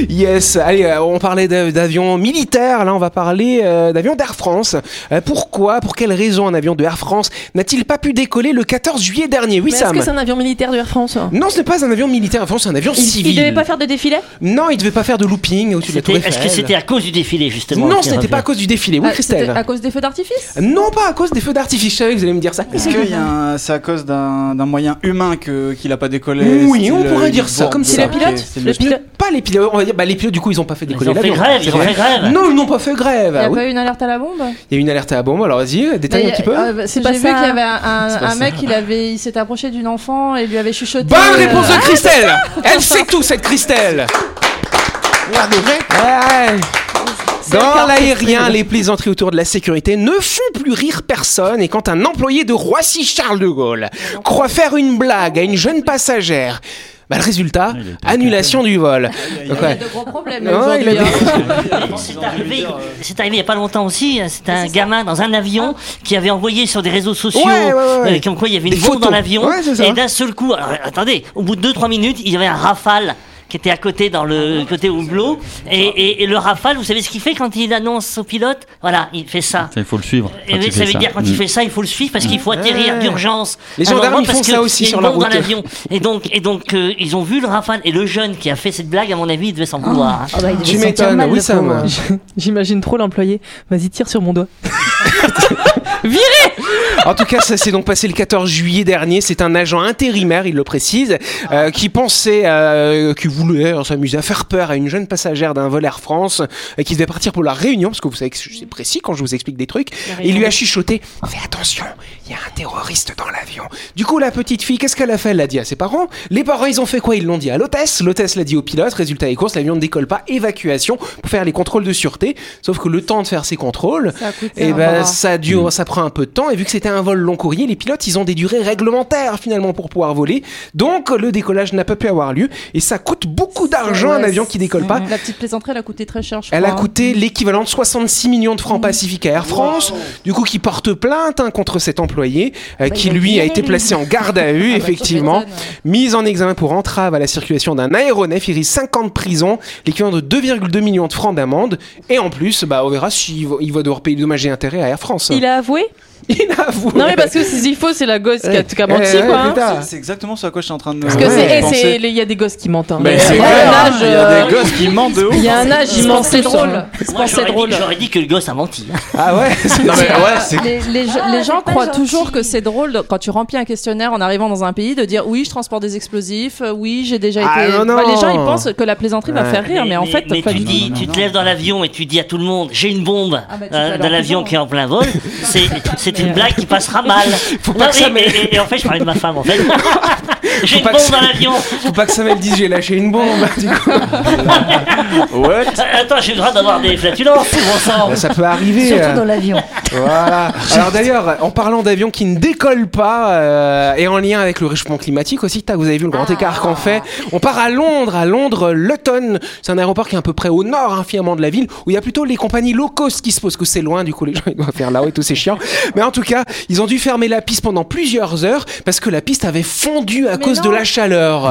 [SPEAKER 2] Yes, allez, euh, on parlait d'av- d'avions militaires, là on va parler euh, d'avions d'Air France. Euh, pourquoi, pour quelle raison un avion de Air France n'a-t-il pas pu décoller le 14 juillet dernier Oui
[SPEAKER 3] Mais Est-ce
[SPEAKER 2] Sam
[SPEAKER 3] que c'est un avion militaire de Air France
[SPEAKER 2] Non, ce n'est pas un avion militaire, Air France, c'est un avion
[SPEAKER 9] Il,
[SPEAKER 2] civil.
[SPEAKER 9] il devait pas faire de défilé
[SPEAKER 8] Ah,
[SPEAKER 2] Non, il devait pas faire de looping au-dessus de la
[SPEAKER 6] C'était-
[SPEAKER 2] tour
[SPEAKER 6] Est-ce que
[SPEAKER 2] Eiffel.
[SPEAKER 6] c'était à cause du défilé justement
[SPEAKER 2] Non,
[SPEAKER 6] qui
[SPEAKER 2] ce n'était
[SPEAKER 6] revient
[SPEAKER 2] pas à cause du défilé, oui
[SPEAKER 8] Ah, c'était
[SPEAKER 2] Christelle Eh
[SPEAKER 8] À cause des feux d'artifice
[SPEAKER 2] Non, pas à cause des feux d'artifice, je savais que vous allez me dire ça.
[SPEAKER 4] Est-ce que y a un- c'est à cause d'un d'un moyen humain que- qu'il a pas décollé
[SPEAKER 2] Oui,
[SPEAKER 4] style, euh,
[SPEAKER 2] on pourrait
[SPEAKER 4] il
[SPEAKER 2] dire ça,
[SPEAKER 4] borde
[SPEAKER 2] comme
[SPEAKER 4] de
[SPEAKER 2] si
[SPEAKER 4] la-
[SPEAKER 2] le
[SPEAKER 4] ok,
[SPEAKER 3] pilote-
[SPEAKER 4] c'est
[SPEAKER 3] Le pilote
[SPEAKER 2] Pas les pilotes, on va dire, bah, les pilotes du coup ils ont pas fait
[SPEAKER 6] Ils
[SPEAKER 2] décoller
[SPEAKER 6] ont fait
[SPEAKER 2] l'avion.
[SPEAKER 6] grève,
[SPEAKER 2] c'est
[SPEAKER 6] ils ont
[SPEAKER 2] vrai.
[SPEAKER 6] fait grève.
[SPEAKER 2] Non, ils n'ont pas fait grève.
[SPEAKER 8] Il n'y a
[SPEAKER 2] ben oui.
[SPEAKER 8] pas eu Bah, une alerte à la bombe
[SPEAKER 2] Il y a eu une alerte à la bombe, alors vas-y, euh, détaille un petit peu.
[SPEAKER 8] C'est
[SPEAKER 3] pas
[SPEAKER 8] pas euh, J'ai
[SPEAKER 3] ça.
[SPEAKER 8] vu qu'il y avait un, un-
[SPEAKER 4] C'est pas
[SPEAKER 8] un
[SPEAKER 4] ça.
[SPEAKER 8] mec, il, avait, il s'était approché d'une enfant et lui avait chuchoté.
[SPEAKER 2] Bonne
[SPEAKER 8] euh,
[SPEAKER 2] réponse
[SPEAKER 9] hein
[SPEAKER 2] de Christelle Elle sait tout cette Christelle Ouais. Dans l'aérien, les plaisanteries autour de la sécurité ne font plus rire personne et quand un employé de Roissy Charles de Gaulle croit faire une blague à une jeune passagère, bah, le résultat,
[SPEAKER 5] il a été
[SPEAKER 2] annulation du vol. Donc,
[SPEAKER 8] Il y a
[SPEAKER 2] ouais.
[SPEAKER 8] de gros problèmes
[SPEAKER 2] Ouais, Ah, il a
[SPEAKER 8] aujourd'hui.
[SPEAKER 2] des-
[SPEAKER 8] hein.
[SPEAKER 6] C'est arrivé, c'est arrivé il n'y a pas longtemps aussi. hein, C'était un gamin dans un avion qui avait envoyé sur des réseaux sociaux,
[SPEAKER 2] Ah. Ouais, ouais, ouais, ouais.
[SPEAKER 6] euh, comme quoi il y avait une
[SPEAKER 2] Des
[SPEAKER 6] bombe
[SPEAKER 2] photos.
[SPEAKER 6] dans l'avion.
[SPEAKER 2] Ouais, c'est ça.
[SPEAKER 6] et d'un seul coup, alors, attendez, au bout de 2-3 minutes, il y avait un rafale qui était à côté dans le côté houblot. Et, et- et le rafale, vous savez ce qu'il fait quand il annonce au pilote Voilà, il fait ça.
[SPEAKER 5] Ça, il faut le suivre.
[SPEAKER 6] Et
[SPEAKER 5] quand
[SPEAKER 6] oui,
[SPEAKER 5] il
[SPEAKER 6] ça
[SPEAKER 5] fait
[SPEAKER 6] veut dire quand
[SPEAKER 5] Mm.
[SPEAKER 6] il fait ça, il faut le suivre parce qu'il faut atterrir
[SPEAKER 2] Ouais.
[SPEAKER 6] d'urgence.
[SPEAKER 2] Les
[SPEAKER 6] à un
[SPEAKER 2] gendarmes,
[SPEAKER 6] moment
[SPEAKER 2] ils
[SPEAKER 6] parce
[SPEAKER 2] font
[SPEAKER 6] que
[SPEAKER 2] ça aussi
[SPEAKER 6] il y a
[SPEAKER 2] sur
[SPEAKER 6] une
[SPEAKER 2] la
[SPEAKER 6] bombe dans
[SPEAKER 2] route.
[SPEAKER 6] l'avion. Et donc, et donc euh, ils ont vu le rafale. Et le jeune qui a fait cette blague, à mon avis, il devait s'en vouloir. hein.
[SPEAKER 9] Ah bah, il devait
[SPEAKER 2] Tu
[SPEAKER 9] se sentir
[SPEAKER 2] m'étonnes,
[SPEAKER 9] mal,
[SPEAKER 2] oui,
[SPEAKER 9] le
[SPEAKER 2] ça,
[SPEAKER 9] pauvre.
[SPEAKER 2] moi.
[SPEAKER 3] J'imagine trop l'employé. Vas-y, tire sur mon doigt.
[SPEAKER 2] En tout cas, ça s'est donc passé le 14 juillet dernier. C'est un agent intérimaire, il le précise,
[SPEAKER 8] Ah.
[SPEAKER 2] euh, qui pensait, euh, qui voulait euh, s'amuser à faire peur à une jeune passagère d'un vol Air France euh, qui devait partir pour la Réunion, parce que vous savez que c'est précis quand je vous explique des trucs. Il lui a chuchoté Fais attention, il y a un terroriste dans l'avion. Du coup, la petite fille, qu'est-ce qu'elle a fait Elle l'a dit à ses parents. Les parents, ils ont fait quoi Ils l'ont dit à l'hôtesse. L'hôtesse l'a dit au pilote. Résultat des courses, l'avion ne décolle pas. Évacuation pour faire les contrôles de sûreté. Sauf que le temps de faire ces contrôles,
[SPEAKER 8] Ça a coûté
[SPEAKER 2] et
[SPEAKER 8] un
[SPEAKER 2] ben
[SPEAKER 8] bras.
[SPEAKER 2] ça dure, ça prend un peu de temps. Et vu que c'était un vol long courrier, les pilotes ils ont des durées réglementaires finalement pour pouvoir voler. Donc le décollage n'a pas pu avoir lieu et ça coûte beaucoup d'argent un
[SPEAKER 8] Ouais,
[SPEAKER 2] avion qui décolle pas.
[SPEAKER 8] La petite plaisanterie, elle a coûté très cher. je
[SPEAKER 2] Elle a
[SPEAKER 8] crois, hein.
[SPEAKER 2] coûté l'équivalent de 66 millions de
[SPEAKER 9] Mm.
[SPEAKER 2] francs Pacifique à Air France, du coup qui porte plainte hein, contre cet employé euh, qui
[SPEAKER 9] Bah, il a
[SPEAKER 2] lui a
[SPEAKER 9] viré,
[SPEAKER 2] été
[SPEAKER 9] lui.
[SPEAKER 2] placé en garde à vue
[SPEAKER 8] Ah bah,
[SPEAKER 2] effectivement,
[SPEAKER 8] tu m'étonnes.
[SPEAKER 2] mise en examen pour entrave à la circulation d'un aéronef, il risque 5 ans de prison, l'équivalent de 2,2 millions de francs d'amende et en plus bah on verra s'il va, il va devoir payer dommages et intérêts à Air France.
[SPEAKER 3] Il a avoué
[SPEAKER 2] Il a avoué.
[SPEAKER 3] Non, mais parce que si il faut, c'est la gosse qui a, qui a
[SPEAKER 2] Eh,
[SPEAKER 3] menti,
[SPEAKER 2] eh,
[SPEAKER 3] quoi. hein.
[SPEAKER 2] putain.
[SPEAKER 4] C'est- C'est exactement ce à quoi je suis en train de
[SPEAKER 3] Parce que c'est- eh,
[SPEAKER 4] de penser.
[SPEAKER 3] c'est- il y a des gosses qui mentent. hein.
[SPEAKER 4] Mais c'est
[SPEAKER 3] il y a
[SPEAKER 4] clair,
[SPEAKER 3] un
[SPEAKER 4] hein,
[SPEAKER 3] âge,
[SPEAKER 4] il y a
[SPEAKER 3] euh,
[SPEAKER 4] des gosses qui mentent de ouf.
[SPEAKER 3] il y a un âge, ils
[SPEAKER 8] Ils
[SPEAKER 3] mentent
[SPEAKER 8] pensaient
[SPEAKER 3] tous,
[SPEAKER 8] drôle.
[SPEAKER 3] hein. Ils
[SPEAKER 6] Moi,
[SPEAKER 3] pensaient
[SPEAKER 6] j'aurais dit-
[SPEAKER 3] drôle.
[SPEAKER 6] J'aurais dit que le gosse a menti.
[SPEAKER 2] Ah ouais.
[SPEAKER 4] Non mais ouais, c'est
[SPEAKER 8] Les, les, gens-
[SPEAKER 9] Ah,
[SPEAKER 8] les gens
[SPEAKER 9] c'est pas
[SPEAKER 8] croient
[SPEAKER 9] gentil.
[SPEAKER 8] toujours que c'est drôle de- quand tu remplis un questionnaire en arrivant dans un pays de dire oui je transporte des explosifs, euh, oui j'ai déjà
[SPEAKER 2] Ah,
[SPEAKER 8] été.
[SPEAKER 2] non, non.
[SPEAKER 8] les gens ils pensent que la plaisanterie va
[SPEAKER 2] Ouais.
[SPEAKER 8] faire rire, mais, en fait
[SPEAKER 6] mais
[SPEAKER 8] pas
[SPEAKER 6] tu
[SPEAKER 8] du tout.
[SPEAKER 6] dis, tu te lèves dans l'avion et tu dis à tout le monde, j'ai une bombe
[SPEAKER 8] Ah bah, tu
[SPEAKER 6] euh,
[SPEAKER 8] peux
[SPEAKER 6] dans
[SPEAKER 8] leur
[SPEAKER 6] l'avion
[SPEAKER 8] dire.
[SPEAKER 6] qui est en plein vol. C'est, c'est une blague qui passera mal.
[SPEAKER 2] Ah, euh, Faut pas
[SPEAKER 6] Non,
[SPEAKER 2] que ça
[SPEAKER 6] et-
[SPEAKER 2] m'ait-
[SPEAKER 6] et, et en fait, je parlais de ma femme en fait. j'ai une
[SPEAKER 2] pas
[SPEAKER 6] bombe
[SPEAKER 2] que ça-
[SPEAKER 6] dans l'avion.
[SPEAKER 2] Faut pas que Samuel dise j'ai lâché une bombe. Du coup,
[SPEAKER 4] what
[SPEAKER 6] Euh, Attends, j'ai le droit d'avoir des flatulences. Bon sang.
[SPEAKER 2] ça peut arriver.
[SPEAKER 9] Surtout
[SPEAKER 8] euh.
[SPEAKER 9] dans l'avion.
[SPEAKER 2] Voilà. Alors d'ailleurs, en parlant d'avions qui ne décollent pas euh, et en lien avec le réchauffement climatique aussi, tac, vous avez vu le grand écart qu'on fait. On part à Londres, à Londres, Luton. C'est un aéroport qui est à peu près au nord, hein, finalement, de la ville, où il y a plutôt les compagnies low cost qui se posent, que c'est loin, du coup les gens ils doivent faire là-haut et tout, c'est chiant. Mais en tout cas, ils ont dû fermer la piste pendant plusieurs heures parce que la piste avait fondu à
[SPEAKER 8] Mais
[SPEAKER 2] cause de
[SPEAKER 8] non.
[SPEAKER 2] la chaleur.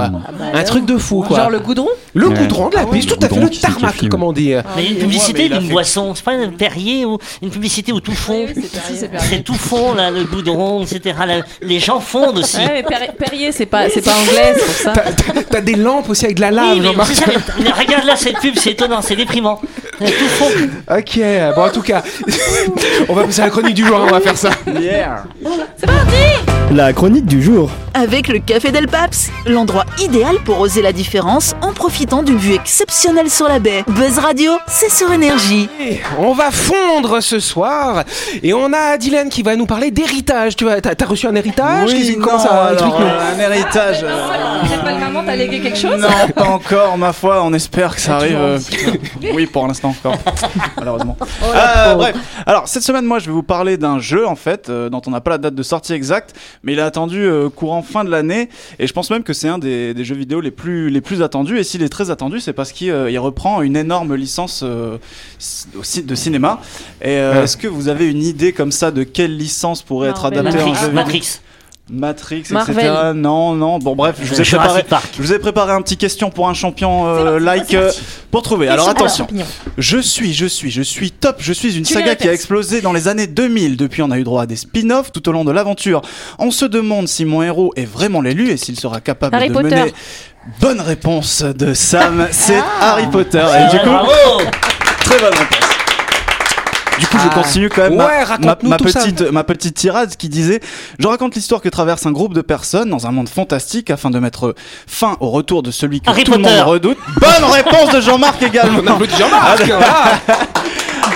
[SPEAKER 2] Un truc de fou, quoi.
[SPEAKER 3] Genre le goudron
[SPEAKER 2] Le
[SPEAKER 5] Ah, Ouais.
[SPEAKER 2] goudron de la
[SPEAKER 5] Ah ouais,
[SPEAKER 2] piste,
[SPEAKER 5] le
[SPEAKER 2] tout à fait,
[SPEAKER 5] goudron
[SPEAKER 2] le
[SPEAKER 5] qui
[SPEAKER 2] tarmac,
[SPEAKER 5] s'étoffe,
[SPEAKER 2] comme on dit.
[SPEAKER 3] Ah
[SPEAKER 6] Mais une publicité d'une boisson, c'est pas une Perrier ou une publicité où tout fond.
[SPEAKER 8] c'est
[SPEAKER 6] C'est tout fond, là, le goudron, etc. La- les gens fondent aussi.
[SPEAKER 3] Ouais, mais Perri- Perrier, c'est pas, c'est pas anglais, c'est pour ça.
[SPEAKER 2] T'as- T'as t'as des lampes aussi avec de la lave,
[SPEAKER 6] Oui, mais
[SPEAKER 2] Jean-Marc.
[SPEAKER 6] c'est ça, mais- mais regarde là cette pub, c'est étonnant, c'est déprimant. Tout fond.
[SPEAKER 2] Ok, bon, en tout cas, on va passer à la chronique du jour, hein, on va faire ça.
[SPEAKER 7] La chronique du jour.
[SPEAKER 1] Avec le Café Del Paps, l'endroit idéal pour oser la différence en profitant d'une vue exceptionnelle sur la baie. Buzz Radio, c'est sur énergie.
[SPEAKER 2] Et On va fondre ce soir et on a Dylan qui va nous parler d'héritage. Tu vois, t'as t'as reçu un héritage Qu'est-ce que-
[SPEAKER 4] non,
[SPEAKER 2] comment ça-
[SPEAKER 4] alors,
[SPEAKER 2] explique-nous.
[SPEAKER 4] euh, un héritage. euh,
[SPEAKER 8] pas maman, t'as légué quelque chose
[SPEAKER 4] Non, pas encore, ma foi, on espère que ça arrive. euh, putain. oui, pour l'instant encore, malheureusement. Euh, bref, alors cette semaine, moi je vais vous parler d'un jeu en fait, euh, dont on n'a pas la date de sortie exacte, mais il est attendu euh, courant fin de l'année, et je pense même que c'est un des, des jeux vidéo les plus, les plus attendus, et s'il est très attendu, c'est parce qu'il euh, il reprend une énorme licence euh, ci- au ci- de cinéma. Et euh,
[SPEAKER 2] Ouais.
[SPEAKER 4] est-ce que vous avez une idée comme ça de quelle licence pourrait
[SPEAKER 3] Non,
[SPEAKER 4] être
[SPEAKER 3] mais
[SPEAKER 4] adaptée en jeu
[SPEAKER 6] Matrix,
[SPEAKER 4] vidéo
[SPEAKER 6] Matrix.
[SPEAKER 4] Matrix, etc.
[SPEAKER 3] Marvel.
[SPEAKER 4] Non, non, bon bref, je vous ai préparé.
[SPEAKER 6] Jurassic Park.
[SPEAKER 4] Je vous ai préparé un petit question pour un champion euh, like euh, pour trouver. Alors attention, je suis, je suis, je suis top. Je suis une
[SPEAKER 3] Tu les
[SPEAKER 4] saga
[SPEAKER 3] répètes.
[SPEAKER 4] qui a explosé dans les années 2000. Depuis, on a eu droit à des spin-offs tout au long de l'aventure. On se demande si mon héros est vraiment l'élu et s'il sera capable
[SPEAKER 3] Harry
[SPEAKER 4] de
[SPEAKER 3] Potter.
[SPEAKER 4] mener. Bonne réponse de Sam, c'est
[SPEAKER 3] Ah.
[SPEAKER 4] Harry Potter. Et du
[SPEAKER 6] Ouais,
[SPEAKER 4] coup,
[SPEAKER 6] Euh,
[SPEAKER 4] euh,
[SPEAKER 6] bravo
[SPEAKER 4] très bonne réponse. Du coup,
[SPEAKER 2] Ah.
[SPEAKER 4] je continue quand même ma-
[SPEAKER 2] Ouais,
[SPEAKER 4] ma,
[SPEAKER 2] raconte-nous
[SPEAKER 4] ma
[SPEAKER 2] tout ça.
[SPEAKER 4] petite, ma petite tirade qui disait Je raconte l'histoire que traverse un groupe de personnes dans un monde fantastique afin de mettre fin au retour de celui que
[SPEAKER 6] Harry
[SPEAKER 4] tout le
[SPEAKER 6] Potter.
[SPEAKER 4] monde redoute. Bonne réponse de Jean-Marc également
[SPEAKER 2] On applaudit Jean-Marc. voilà.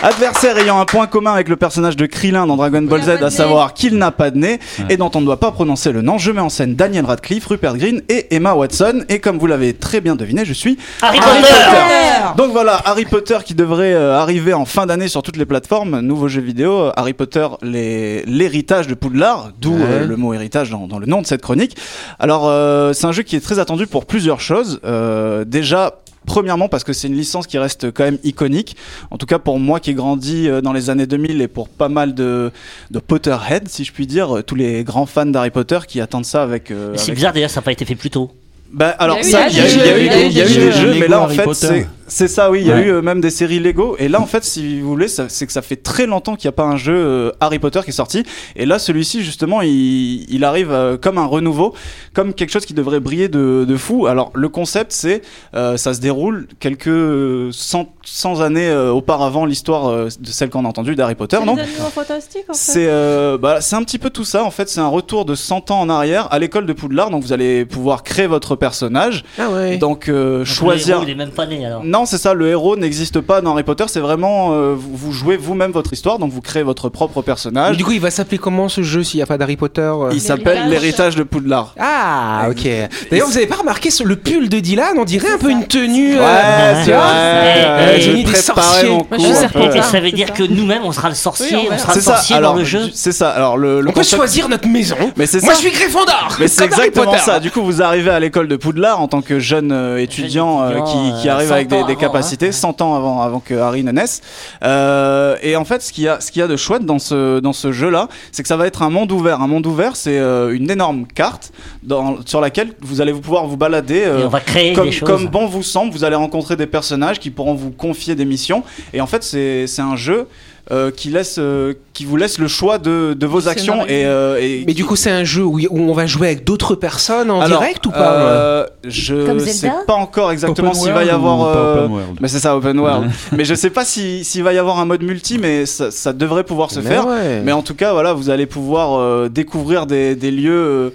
[SPEAKER 4] Adversaire ayant un point commun avec le personnage de Krillin dans Dragon Ball Z, à savoir qu'il n'a pas de nez et dont on ne doit pas prononcer le nom. Je mets en scène Daniel Radcliffe, Rupert Green et Emma Watson. Et comme vous l'avez très bien deviné, je suis
[SPEAKER 6] Harry Potter
[SPEAKER 4] donc voilà, Harry Potter qui devrait euh, arriver en fin d'année sur toutes les plateformes, nouveau jeu vidéo, euh, Harry Potter, les- l'héritage de Poudlard, d'où euh,
[SPEAKER 2] Ouais.
[SPEAKER 4] le mot héritage dans, dans le nom de cette chronique. Alors euh, c'est un jeu qui est très attendu pour plusieurs choses. Euh, déjà... Premièrement parce que c'est une licence qui reste quand même iconique, en tout cas pour moi qui ai grandi euh, dans les années 2000 et pour pas mal de, de Potterhead si je puis dire, euh, tous les grands fans d'Harry Potter qui attendent ça avec... euh,
[SPEAKER 6] C'est
[SPEAKER 4] avec-
[SPEAKER 6] bizarre d'ailleurs, ça n'a pas été fait plus tôt.
[SPEAKER 4] bah alors
[SPEAKER 3] Il y a eu
[SPEAKER 4] ça, il y a
[SPEAKER 3] des
[SPEAKER 4] eu- il y a
[SPEAKER 3] jeux,
[SPEAKER 4] eu des- il y a eu des jeux, mais
[SPEAKER 5] Lego,
[SPEAKER 4] là en
[SPEAKER 5] Harry
[SPEAKER 4] fait
[SPEAKER 5] Potter.
[SPEAKER 4] c'est c'est ça, oui, il y a
[SPEAKER 5] Ouais.
[SPEAKER 4] eu euh, même des séries Lego. Et là en fait, si vous voulez, ça- c'est que ça fait très longtemps qu'il n'y a pas un jeu euh, Harry Potter qui est sorti. Et là, celui-ci justement, il, il arrive euh, comme un renouveau, comme quelque chose qui devrait briller de, de fou. Alors le concept, c'est euh, ça se déroule quelques 100, 100 années euh, auparavant l'histoire euh, de celle qu'on a entendue d'Harry Potter, non
[SPEAKER 8] fantastiques en fait.
[SPEAKER 4] c'est euh, bah, c'est un petit peu tout ça en fait, c'est un retour de 100 ans en arrière à l'école de Poudlard, donc vous allez pouvoir créer votre personnage,
[SPEAKER 2] Ah ouais.
[SPEAKER 4] donc euh,
[SPEAKER 6] Le
[SPEAKER 4] choisir...
[SPEAKER 6] héros, Il est même pas né alors.
[SPEAKER 3] Mm.
[SPEAKER 4] Non, c'est ça, le héros n'existe pas dans Harry Potter, c'est vraiment euh, vous, vous jouez vous-même votre histoire, donc vous créez votre propre personnage.
[SPEAKER 2] Du coup, il va s'appeler comment ce jeu s'il n'y a pas d'Harry Potter euh
[SPEAKER 4] Il s'appelle l'héritage de Poudlard.
[SPEAKER 2] Ah, ok. D'ailleurs, vous avez pas remarqué ce- le pull de Dylan On dirait un peu une tenue.
[SPEAKER 4] Ouais,
[SPEAKER 2] euh, tu
[SPEAKER 4] c'est
[SPEAKER 2] vois
[SPEAKER 4] vrai,
[SPEAKER 2] Eh, génie
[SPEAKER 4] ouais, j'ai
[SPEAKER 2] des
[SPEAKER 4] préparé
[SPEAKER 2] sorciers.
[SPEAKER 4] mon
[SPEAKER 3] je
[SPEAKER 4] coup.
[SPEAKER 3] suis
[SPEAKER 4] un
[SPEAKER 3] serpentin.
[SPEAKER 4] peu.
[SPEAKER 6] Et
[SPEAKER 3] Ouais.
[SPEAKER 6] ça veut
[SPEAKER 3] C'est
[SPEAKER 6] dire
[SPEAKER 3] ça.
[SPEAKER 6] que nous-mêmes, on sera le
[SPEAKER 3] Oui,
[SPEAKER 6] sorcier,
[SPEAKER 3] on
[SPEAKER 6] on sera le
[SPEAKER 4] C'est ça,
[SPEAKER 6] sorcier
[SPEAKER 4] alors,
[SPEAKER 6] dans le jeu.
[SPEAKER 4] du- c'est ça, alors le, le
[SPEAKER 2] On peut
[SPEAKER 4] concept-
[SPEAKER 2] choisir notre maison.
[SPEAKER 4] Mais c'est
[SPEAKER 2] Moi,
[SPEAKER 4] ça.
[SPEAKER 2] je suis Gryffondor.
[SPEAKER 4] Mais c'est
[SPEAKER 2] comme Harry
[SPEAKER 4] exactement
[SPEAKER 2] Potter.
[SPEAKER 4] ça. Du coup, vous arrivez à l'école de Poudlard en tant que jeune euh, étudiant euh, qui, qui
[SPEAKER 6] euh,
[SPEAKER 4] arrive
[SPEAKER 6] 100
[SPEAKER 4] avec des,
[SPEAKER 6] ans
[SPEAKER 4] des
[SPEAKER 6] avant,
[SPEAKER 4] capacités
[SPEAKER 6] hein.
[SPEAKER 4] 100 ans avant, avant que Harry ne naisse. Euh, et en fait, ce qu'il y a, ce qu'il y a de chouette dans ce, dans ce jeu-là, c'est que ça va être un monde ouvert. Un monde ouvert, c'est euh, une énorme carte dans, sur laquelle vous allez pouvoir vous balader. euh,
[SPEAKER 6] Et on va créer
[SPEAKER 4] comme,
[SPEAKER 6] des choses.
[SPEAKER 4] comme bon vous semble, vous allez rencontrer des personnages qui pourront vous confier des missions. Et en fait, c'est c'est un jeu euh, qui, laisse, euh, qui vous laisse le choix de, de vos
[SPEAKER 3] Du
[SPEAKER 4] actions.
[SPEAKER 3] scénario.
[SPEAKER 4] Et, euh, et
[SPEAKER 2] Mais du coup, c'est un jeu où, où on va jouer avec d'autres personnes en
[SPEAKER 4] alors,
[SPEAKER 2] direct ou pas
[SPEAKER 4] euh, Je
[SPEAKER 9] Comme
[SPEAKER 4] ne sais
[SPEAKER 9] Zelda
[SPEAKER 4] pas encore exactement
[SPEAKER 5] Open
[SPEAKER 4] s'il va y
[SPEAKER 5] world
[SPEAKER 4] avoir.
[SPEAKER 5] ou pas
[SPEAKER 4] euh,
[SPEAKER 5] open world
[SPEAKER 4] Mais c'est ça, open world. mais je sais pas si- s'il va y avoir un mode multi, mais ça, ça devrait pouvoir se
[SPEAKER 2] Mais
[SPEAKER 4] faire.
[SPEAKER 2] ouais.
[SPEAKER 4] Mais en tout cas, voilà, vous allez pouvoir euh, découvrir des, des lieux, euh,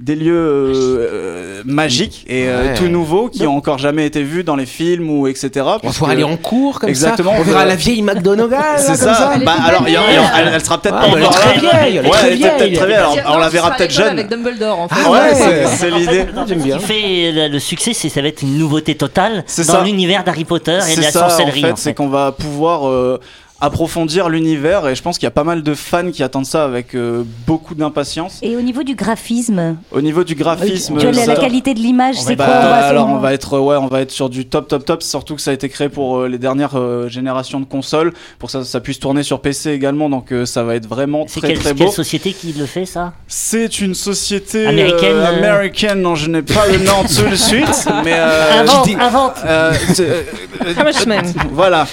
[SPEAKER 4] des lieux euh, euh, magiques et euh,
[SPEAKER 2] Ouais.
[SPEAKER 4] tout nouveaux qui ont encore jamais été vus dans les films ou etc.
[SPEAKER 2] On va
[SPEAKER 4] puisque-
[SPEAKER 2] pouvoir aller en cours comme
[SPEAKER 4] Exactement,
[SPEAKER 2] ça. On
[SPEAKER 4] on
[SPEAKER 2] verra
[SPEAKER 4] va-
[SPEAKER 2] la vieille McDonald's. là,
[SPEAKER 4] C'est
[SPEAKER 2] comme
[SPEAKER 4] ça.
[SPEAKER 2] ça.
[SPEAKER 4] Bah, alors, il y en- il y en- elle, elle sera peut-être
[SPEAKER 2] Ah,
[SPEAKER 4] pas
[SPEAKER 2] bah, elle est
[SPEAKER 4] encore là.
[SPEAKER 2] très vieille. Elle est
[SPEAKER 4] Ouais,
[SPEAKER 2] très
[SPEAKER 4] elle était peut-être très
[SPEAKER 2] vieille.
[SPEAKER 4] vieille. Alors, on la verra peut-être jeune.
[SPEAKER 8] Avec Dumbledore en fait.
[SPEAKER 2] Ah ouais,
[SPEAKER 4] c'est- c'est l'idée.
[SPEAKER 2] J'aime
[SPEAKER 6] Ce
[SPEAKER 2] bien.
[SPEAKER 6] qui fait le, le succès, c'est ça va être une nouveauté totale
[SPEAKER 4] C'est
[SPEAKER 6] dans
[SPEAKER 4] ça.
[SPEAKER 6] l'univers d'Harry Potter et de
[SPEAKER 4] C'est
[SPEAKER 6] la
[SPEAKER 4] ça, en
[SPEAKER 6] sorcellerie.
[SPEAKER 4] fait,
[SPEAKER 6] en
[SPEAKER 4] c'est
[SPEAKER 6] fait.
[SPEAKER 4] qu'on va pouvoir euh, approfondir l'univers et je pense qu'il y a pas mal de fans qui attendent ça avec euh, beaucoup d'impatience.
[SPEAKER 10] Et au niveau du graphisme,
[SPEAKER 4] Au niveau du graphisme,
[SPEAKER 10] quelle est
[SPEAKER 4] ça-
[SPEAKER 10] la qualité de l'image
[SPEAKER 4] on va
[SPEAKER 10] C'est
[SPEAKER 4] être-
[SPEAKER 10] quoi
[SPEAKER 4] bah,
[SPEAKER 10] on va-
[SPEAKER 4] alors on va être ouais on va être sur du top top top surtout que ça a été créé pour euh, les dernières euh, générations de consoles pour que ça ça puisse tourner sur PC également donc euh, ça va être vraiment
[SPEAKER 6] C'est
[SPEAKER 4] très
[SPEAKER 6] quelle,
[SPEAKER 4] très
[SPEAKER 6] quelle
[SPEAKER 4] beau.
[SPEAKER 6] société qui le fait ça
[SPEAKER 4] C'est une société euh,
[SPEAKER 6] Américaine, euh,
[SPEAKER 4] américaine dont je n'ai pas le nom tout de suite mais euh,
[SPEAKER 6] Invente, invente
[SPEAKER 4] euh, c'est- euh,
[SPEAKER 10] Ah,
[SPEAKER 4] euh,
[SPEAKER 9] Ah,
[SPEAKER 4] voilà.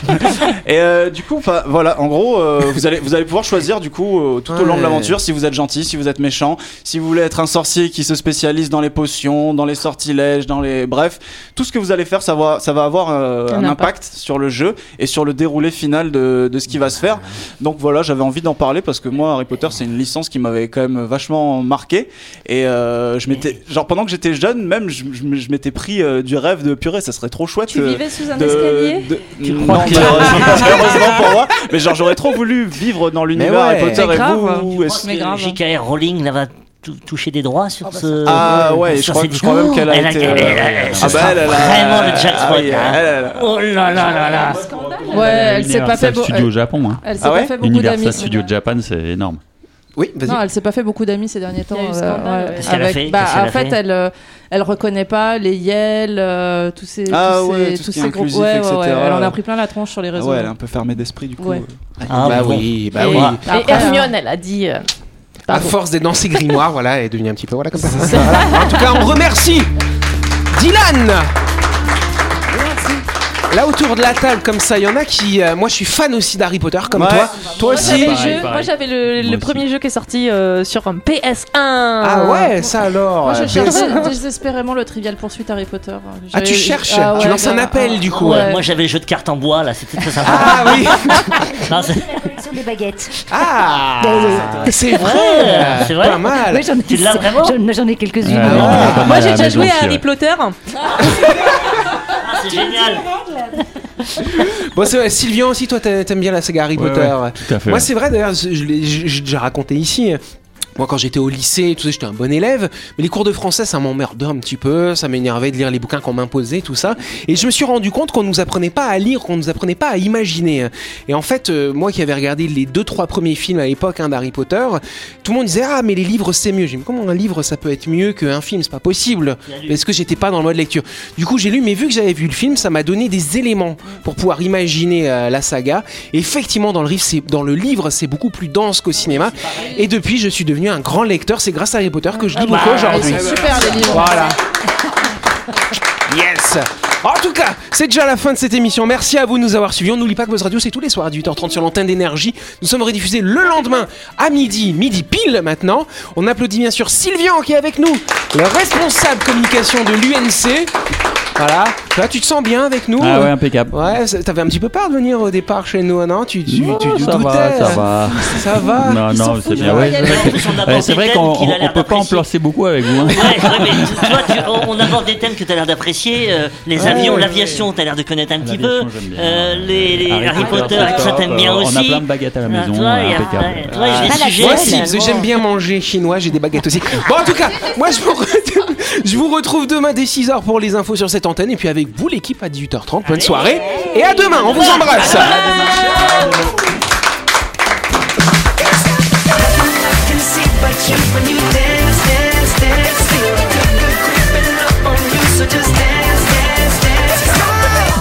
[SPEAKER 4] Et euh, du coup, enfin, voilà, en gros, euh, vous allez vous allez pouvoir choisir du coup euh, tout au long de
[SPEAKER 2] Ouais.
[SPEAKER 4] l'aventure si vous êtes gentil, si vous êtes méchant, si vous voulez être un sorcier qui se spécialise dans les potions, dans les sortilèges, dans les bref, tout ce que vous allez faire, ça va ça va avoir euh,
[SPEAKER 3] Un
[SPEAKER 4] un,
[SPEAKER 3] impact.
[SPEAKER 4] impact sur le jeu et sur le déroulé final de, de ce qui va se faire. Donc voilà, j'avais envie d'en parler parce que moi Harry Potter, c'est une licence qui m'avait quand même vachement marqué et euh, je m'étais genre pendant que j'étais jeune, même je, je m- je m'étais pris euh, du rêve de purée, ça serait trop chouette
[SPEAKER 8] Tu
[SPEAKER 4] euh,
[SPEAKER 8] vivais sous un
[SPEAKER 4] de-
[SPEAKER 8] escalier
[SPEAKER 4] de-
[SPEAKER 6] Tu
[SPEAKER 4] Non,
[SPEAKER 6] crois que-
[SPEAKER 4] malheureusement malheureusement pour moi, mais genre j'aurais trop voulu vivre dans l'univers
[SPEAKER 2] ouais.
[SPEAKER 4] Harry Potter
[SPEAKER 3] Mais
[SPEAKER 4] et
[SPEAKER 3] grave.
[SPEAKER 4] vous. est-ce-
[SPEAKER 6] Parce
[SPEAKER 8] mais
[SPEAKER 6] que
[SPEAKER 8] grave.
[SPEAKER 6] J.K.R. Rowling là, va tou- toucher des droits sur ce.
[SPEAKER 4] Ah ouais, je
[SPEAKER 6] sur
[SPEAKER 4] crois,
[SPEAKER 6] cette-
[SPEAKER 4] je crois même qu'elle a
[SPEAKER 6] Elle a-
[SPEAKER 4] été.
[SPEAKER 6] elle- elle- elle-
[SPEAKER 4] Ah
[SPEAKER 6] ce
[SPEAKER 4] bah,
[SPEAKER 6] sera
[SPEAKER 4] elle, elle a-
[SPEAKER 6] vraiment le jackpot.
[SPEAKER 4] Ah oui,
[SPEAKER 6] hein.
[SPEAKER 4] elle, elle a-
[SPEAKER 6] Oh là là là là.
[SPEAKER 8] Ouais, elle s'est pas fait
[SPEAKER 5] Universal
[SPEAKER 8] beau-
[SPEAKER 5] Studio au Japon. Hein.
[SPEAKER 8] Elle s'est
[SPEAKER 4] Ah ouais
[SPEAKER 8] pas fait beaucoup d'amis.
[SPEAKER 5] Universal Studio Japan, c'est énorme.
[SPEAKER 2] Oui, vas-y.
[SPEAKER 8] Non, elle s'est pas fait beaucoup d'amis ces derniers temps.
[SPEAKER 3] Il y a eu
[SPEAKER 8] euh,
[SPEAKER 3] scandale,
[SPEAKER 8] ouais,
[SPEAKER 6] Qu'est-ce qu'elle a
[SPEAKER 8] avec-
[SPEAKER 6] fait
[SPEAKER 8] bah,
[SPEAKER 6] Qu'est-ce qu'elle
[SPEAKER 8] en
[SPEAKER 6] a
[SPEAKER 8] fait,
[SPEAKER 6] fait
[SPEAKER 8] elle, euh, elle reconnaît pas les Yel, euh, tous ces,
[SPEAKER 4] Ah
[SPEAKER 8] tous
[SPEAKER 4] ouais,
[SPEAKER 8] ces,
[SPEAKER 4] tout ce qui
[SPEAKER 8] tous
[SPEAKER 4] est
[SPEAKER 8] ces groupes.
[SPEAKER 4] inclusif,
[SPEAKER 8] Ouais, ouais,
[SPEAKER 4] etc.
[SPEAKER 8] ouais, Elle en a pris plein la tronche sur les
[SPEAKER 4] Ah
[SPEAKER 8] réseaux.
[SPEAKER 4] ouais, elle est un peu fermée d'esprit du coup.
[SPEAKER 8] Ouais.
[SPEAKER 6] Ah,
[SPEAKER 2] bah
[SPEAKER 6] bon.
[SPEAKER 2] oui, bah
[SPEAKER 6] Et-
[SPEAKER 2] oui.
[SPEAKER 6] Ah,
[SPEAKER 3] Et Hermione, elle a dit. euh,
[SPEAKER 2] À
[SPEAKER 3] pardon.
[SPEAKER 2] force d'être dans ses grimoires, voilà, elle est devenue un petit peu voilà comme ça. Voilà. En tout cas, on remercie Dylan. Là autour de la table, comme ça, il y en a qui. euh, moi, je suis fan aussi d'Harry Potter, comme
[SPEAKER 4] Ouais.
[SPEAKER 2] toi. Toi
[SPEAKER 3] Moi,
[SPEAKER 2] aussi.
[SPEAKER 3] j'avais le
[SPEAKER 5] Pareil,
[SPEAKER 3] jeu-
[SPEAKER 5] pareil.
[SPEAKER 3] Moi j'avais le, le
[SPEAKER 5] Moi aussi.
[SPEAKER 3] premier jeu qui est sorti euh, sur un PS1.
[SPEAKER 2] Ah ouais, ça
[SPEAKER 4] Oh,
[SPEAKER 2] alors.
[SPEAKER 8] Moi, je
[SPEAKER 2] euh,
[SPEAKER 8] cherchais désespérément le Trivial Poursuite Harry Potter.
[SPEAKER 2] Ah, tu
[SPEAKER 8] J'avais-
[SPEAKER 2] cherches.
[SPEAKER 8] Ah
[SPEAKER 2] tu
[SPEAKER 8] ouais,
[SPEAKER 2] lances un
[SPEAKER 8] grave.
[SPEAKER 2] appel du coup.
[SPEAKER 6] Ouais,
[SPEAKER 8] Ouais.
[SPEAKER 6] Euh, Moi j'avais le jeu de cartes en bois là, c'était très sympa.
[SPEAKER 2] Ah oui.
[SPEAKER 6] Non, c'est-
[SPEAKER 10] La collection des baguettes.
[SPEAKER 2] Ah. C'est
[SPEAKER 6] Ouais,
[SPEAKER 2] vrai.
[SPEAKER 6] c'est vrai.
[SPEAKER 2] Pas mal.
[SPEAKER 9] Oui, j'en ai,
[SPEAKER 6] Tu l'as vraiment
[SPEAKER 9] j'en- j'en ai quelques-unes.
[SPEAKER 5] Ah, non, on a pas mal
[SPEAKER 3] Moi
[SPEAKER 5] à
[SPEAKER 3] j'ai
[SPEAKER 5] la
[SPEAKER 3] déjà
[SPEAKER 5] maison
[SPEAKER 3] joué à
[SPEAKER 5] aussi,
[SPEAKER 3] Harry
[SPEAKER 5] ouais.
[SPEAKER 3] Potter.
[SPEAKER 6] Ah, c'est génial.
[SPEAKER 2] Bon, c'est vrai. Sylvian aussi, toi, t'a- t'aimes bien la saga Harry
[SPEAKER 5] Ouais,
[SPEAKER 2] Potter.
[SPEAKER 5] Tout à fait.
[SPEAKER 2] Moi, c'est vrai, d'ailleurs, je l'ai- je- j'ai déjà raconté ici. Moi, quand j'étais au lycée, et tout ça, j'étais un bon élève, mais les cours de français, ça m'emmerdait un petit peu, ça m'énervait de lire les bouquins qu'on m'imposait, tout ça. Et je me suis rendu compte qu'on nous apprenait pas à lire, qu'on nous apprenait pas à imaginer. Et en fait, euh, moi qui avais regardé les deux, trois premiers films à l'époque hein, d'Harry Potter, tout le monde disait Ah, mais les livres, c'est mieux. J'ai dit Comment un livre, ça peut être mieux qu'un film C'est pas possible. Parce que j'étais pas dans le mode lecture. Du coup, j'ai lu, mais vu que j'avais vu le film, ça m'a donné des éléments pour pouvoir imaginer euh, la saga. Et effectivement, dans le, livre, c'est- dans le livre, c'est beaucoup plus dense qu'au cinéma. Et depuis, je suis devenu un grand lecteur. C'est grâce à Harry Potter que je lis
[SPEAKER 6] bah,
[SPEAKER 2] beaucoup aujourd'hui.
[SPEAKER 8] Ah, C'est super les livres.
[SPEAKER 2] Voilà. Yes en tout cas, c'est déjà la fin de cette émission. Merci à vous de nous avoir suivis. On n'oublie pas que Buzz Radio, c'est tous les soirs à 18h30 sur l'antenne d'énergie. Nous sommes rediffusés le lendemain à midi, midi pile maintenant. On applaudit bien sûr Sylvian qui est avec nous, le responsable communication de l'UNC. Voilà. Là, tu te sens bien avec nous
[SPEAKER 5] Ah ouais, impeccable.
[SPEAKER 2] Ouais, ça- t'avais un petit peu peur de venir au départ chez nous, non Tu, tu,
[SPEAKER 5] Oh,
[SPEAKER 2] tu, tu
[SPEAKER 5] ça
[SPEAKER 2] doutais.
[SPEAKER 5] va, ça va.
[SPEAKER 2] Ça va
[SPEAKER 5] Non, non, c'est bien.
[SPEAKER 2] de
[SPEAKER 5] Ouais,
[SPEAKER 8] la
[SPEAKER 5] c'est vrai que-
[SPEAKER 6] On aborde
[SPEAKER 5] ouais, c'est
[SPEAKER 6] des
[SPEAKER 5] vrai
[SPEAKER 6] thèmes
[SPEAKER 5] qu'on
[SPEAKER 6] qu'il a
[SPEAKER 5] on-
[SPEAKER 6] l'air
[SPEAKER 5] on peut pas en
[SPEAKER 6] d'apprécier.
[SPEAKER 5] placer beaucoup avec vous. hein.
[SPEAKER 6] Ouais, ouais, mais tu, tu vois, tu- on, on aborde des thèmes que tu as l'air d'apprécier. euh, les avions,
[SPEAKER 2] ouais,
[SPEAKER 6] l'aviation, tu as l'air de connaître un petit peu.
[SPEAKER 5] L'aviation, j'aime bien.
[SPEAKER 6] euh, les, les Harry, Potter, tout ça, t'aimes bien
[SPEAKER 5] euh,
[SPEAKER 6] aussi.
[SPEAKER 5] On a plein de baguettes à la
[SPEAKER 6] Ah,
[SPEAKER 5] maison.
[SPEAKER 6] tu vois, il y a-
[SPEAKER 5] impeccable.
[SPEAKER 6] tu vois, il y a des
[SPEAKER 10] Ah, la
[SPEAKER 6] sujets.
[SPEAKER 2] Moi
[SPEAKER 10] Yes.
[SPEAKER 2] aussi, parce que j'aime bien manger chinois, j'ai des baguettes aussi. Bon, en tout cas, moi je vous, re- je vous retrouve demain dès 6h pour les infos sur cette antenne et puis avec vous, l'équipe, à 18h30. Bonne soirée et à demain, on vous embrasse.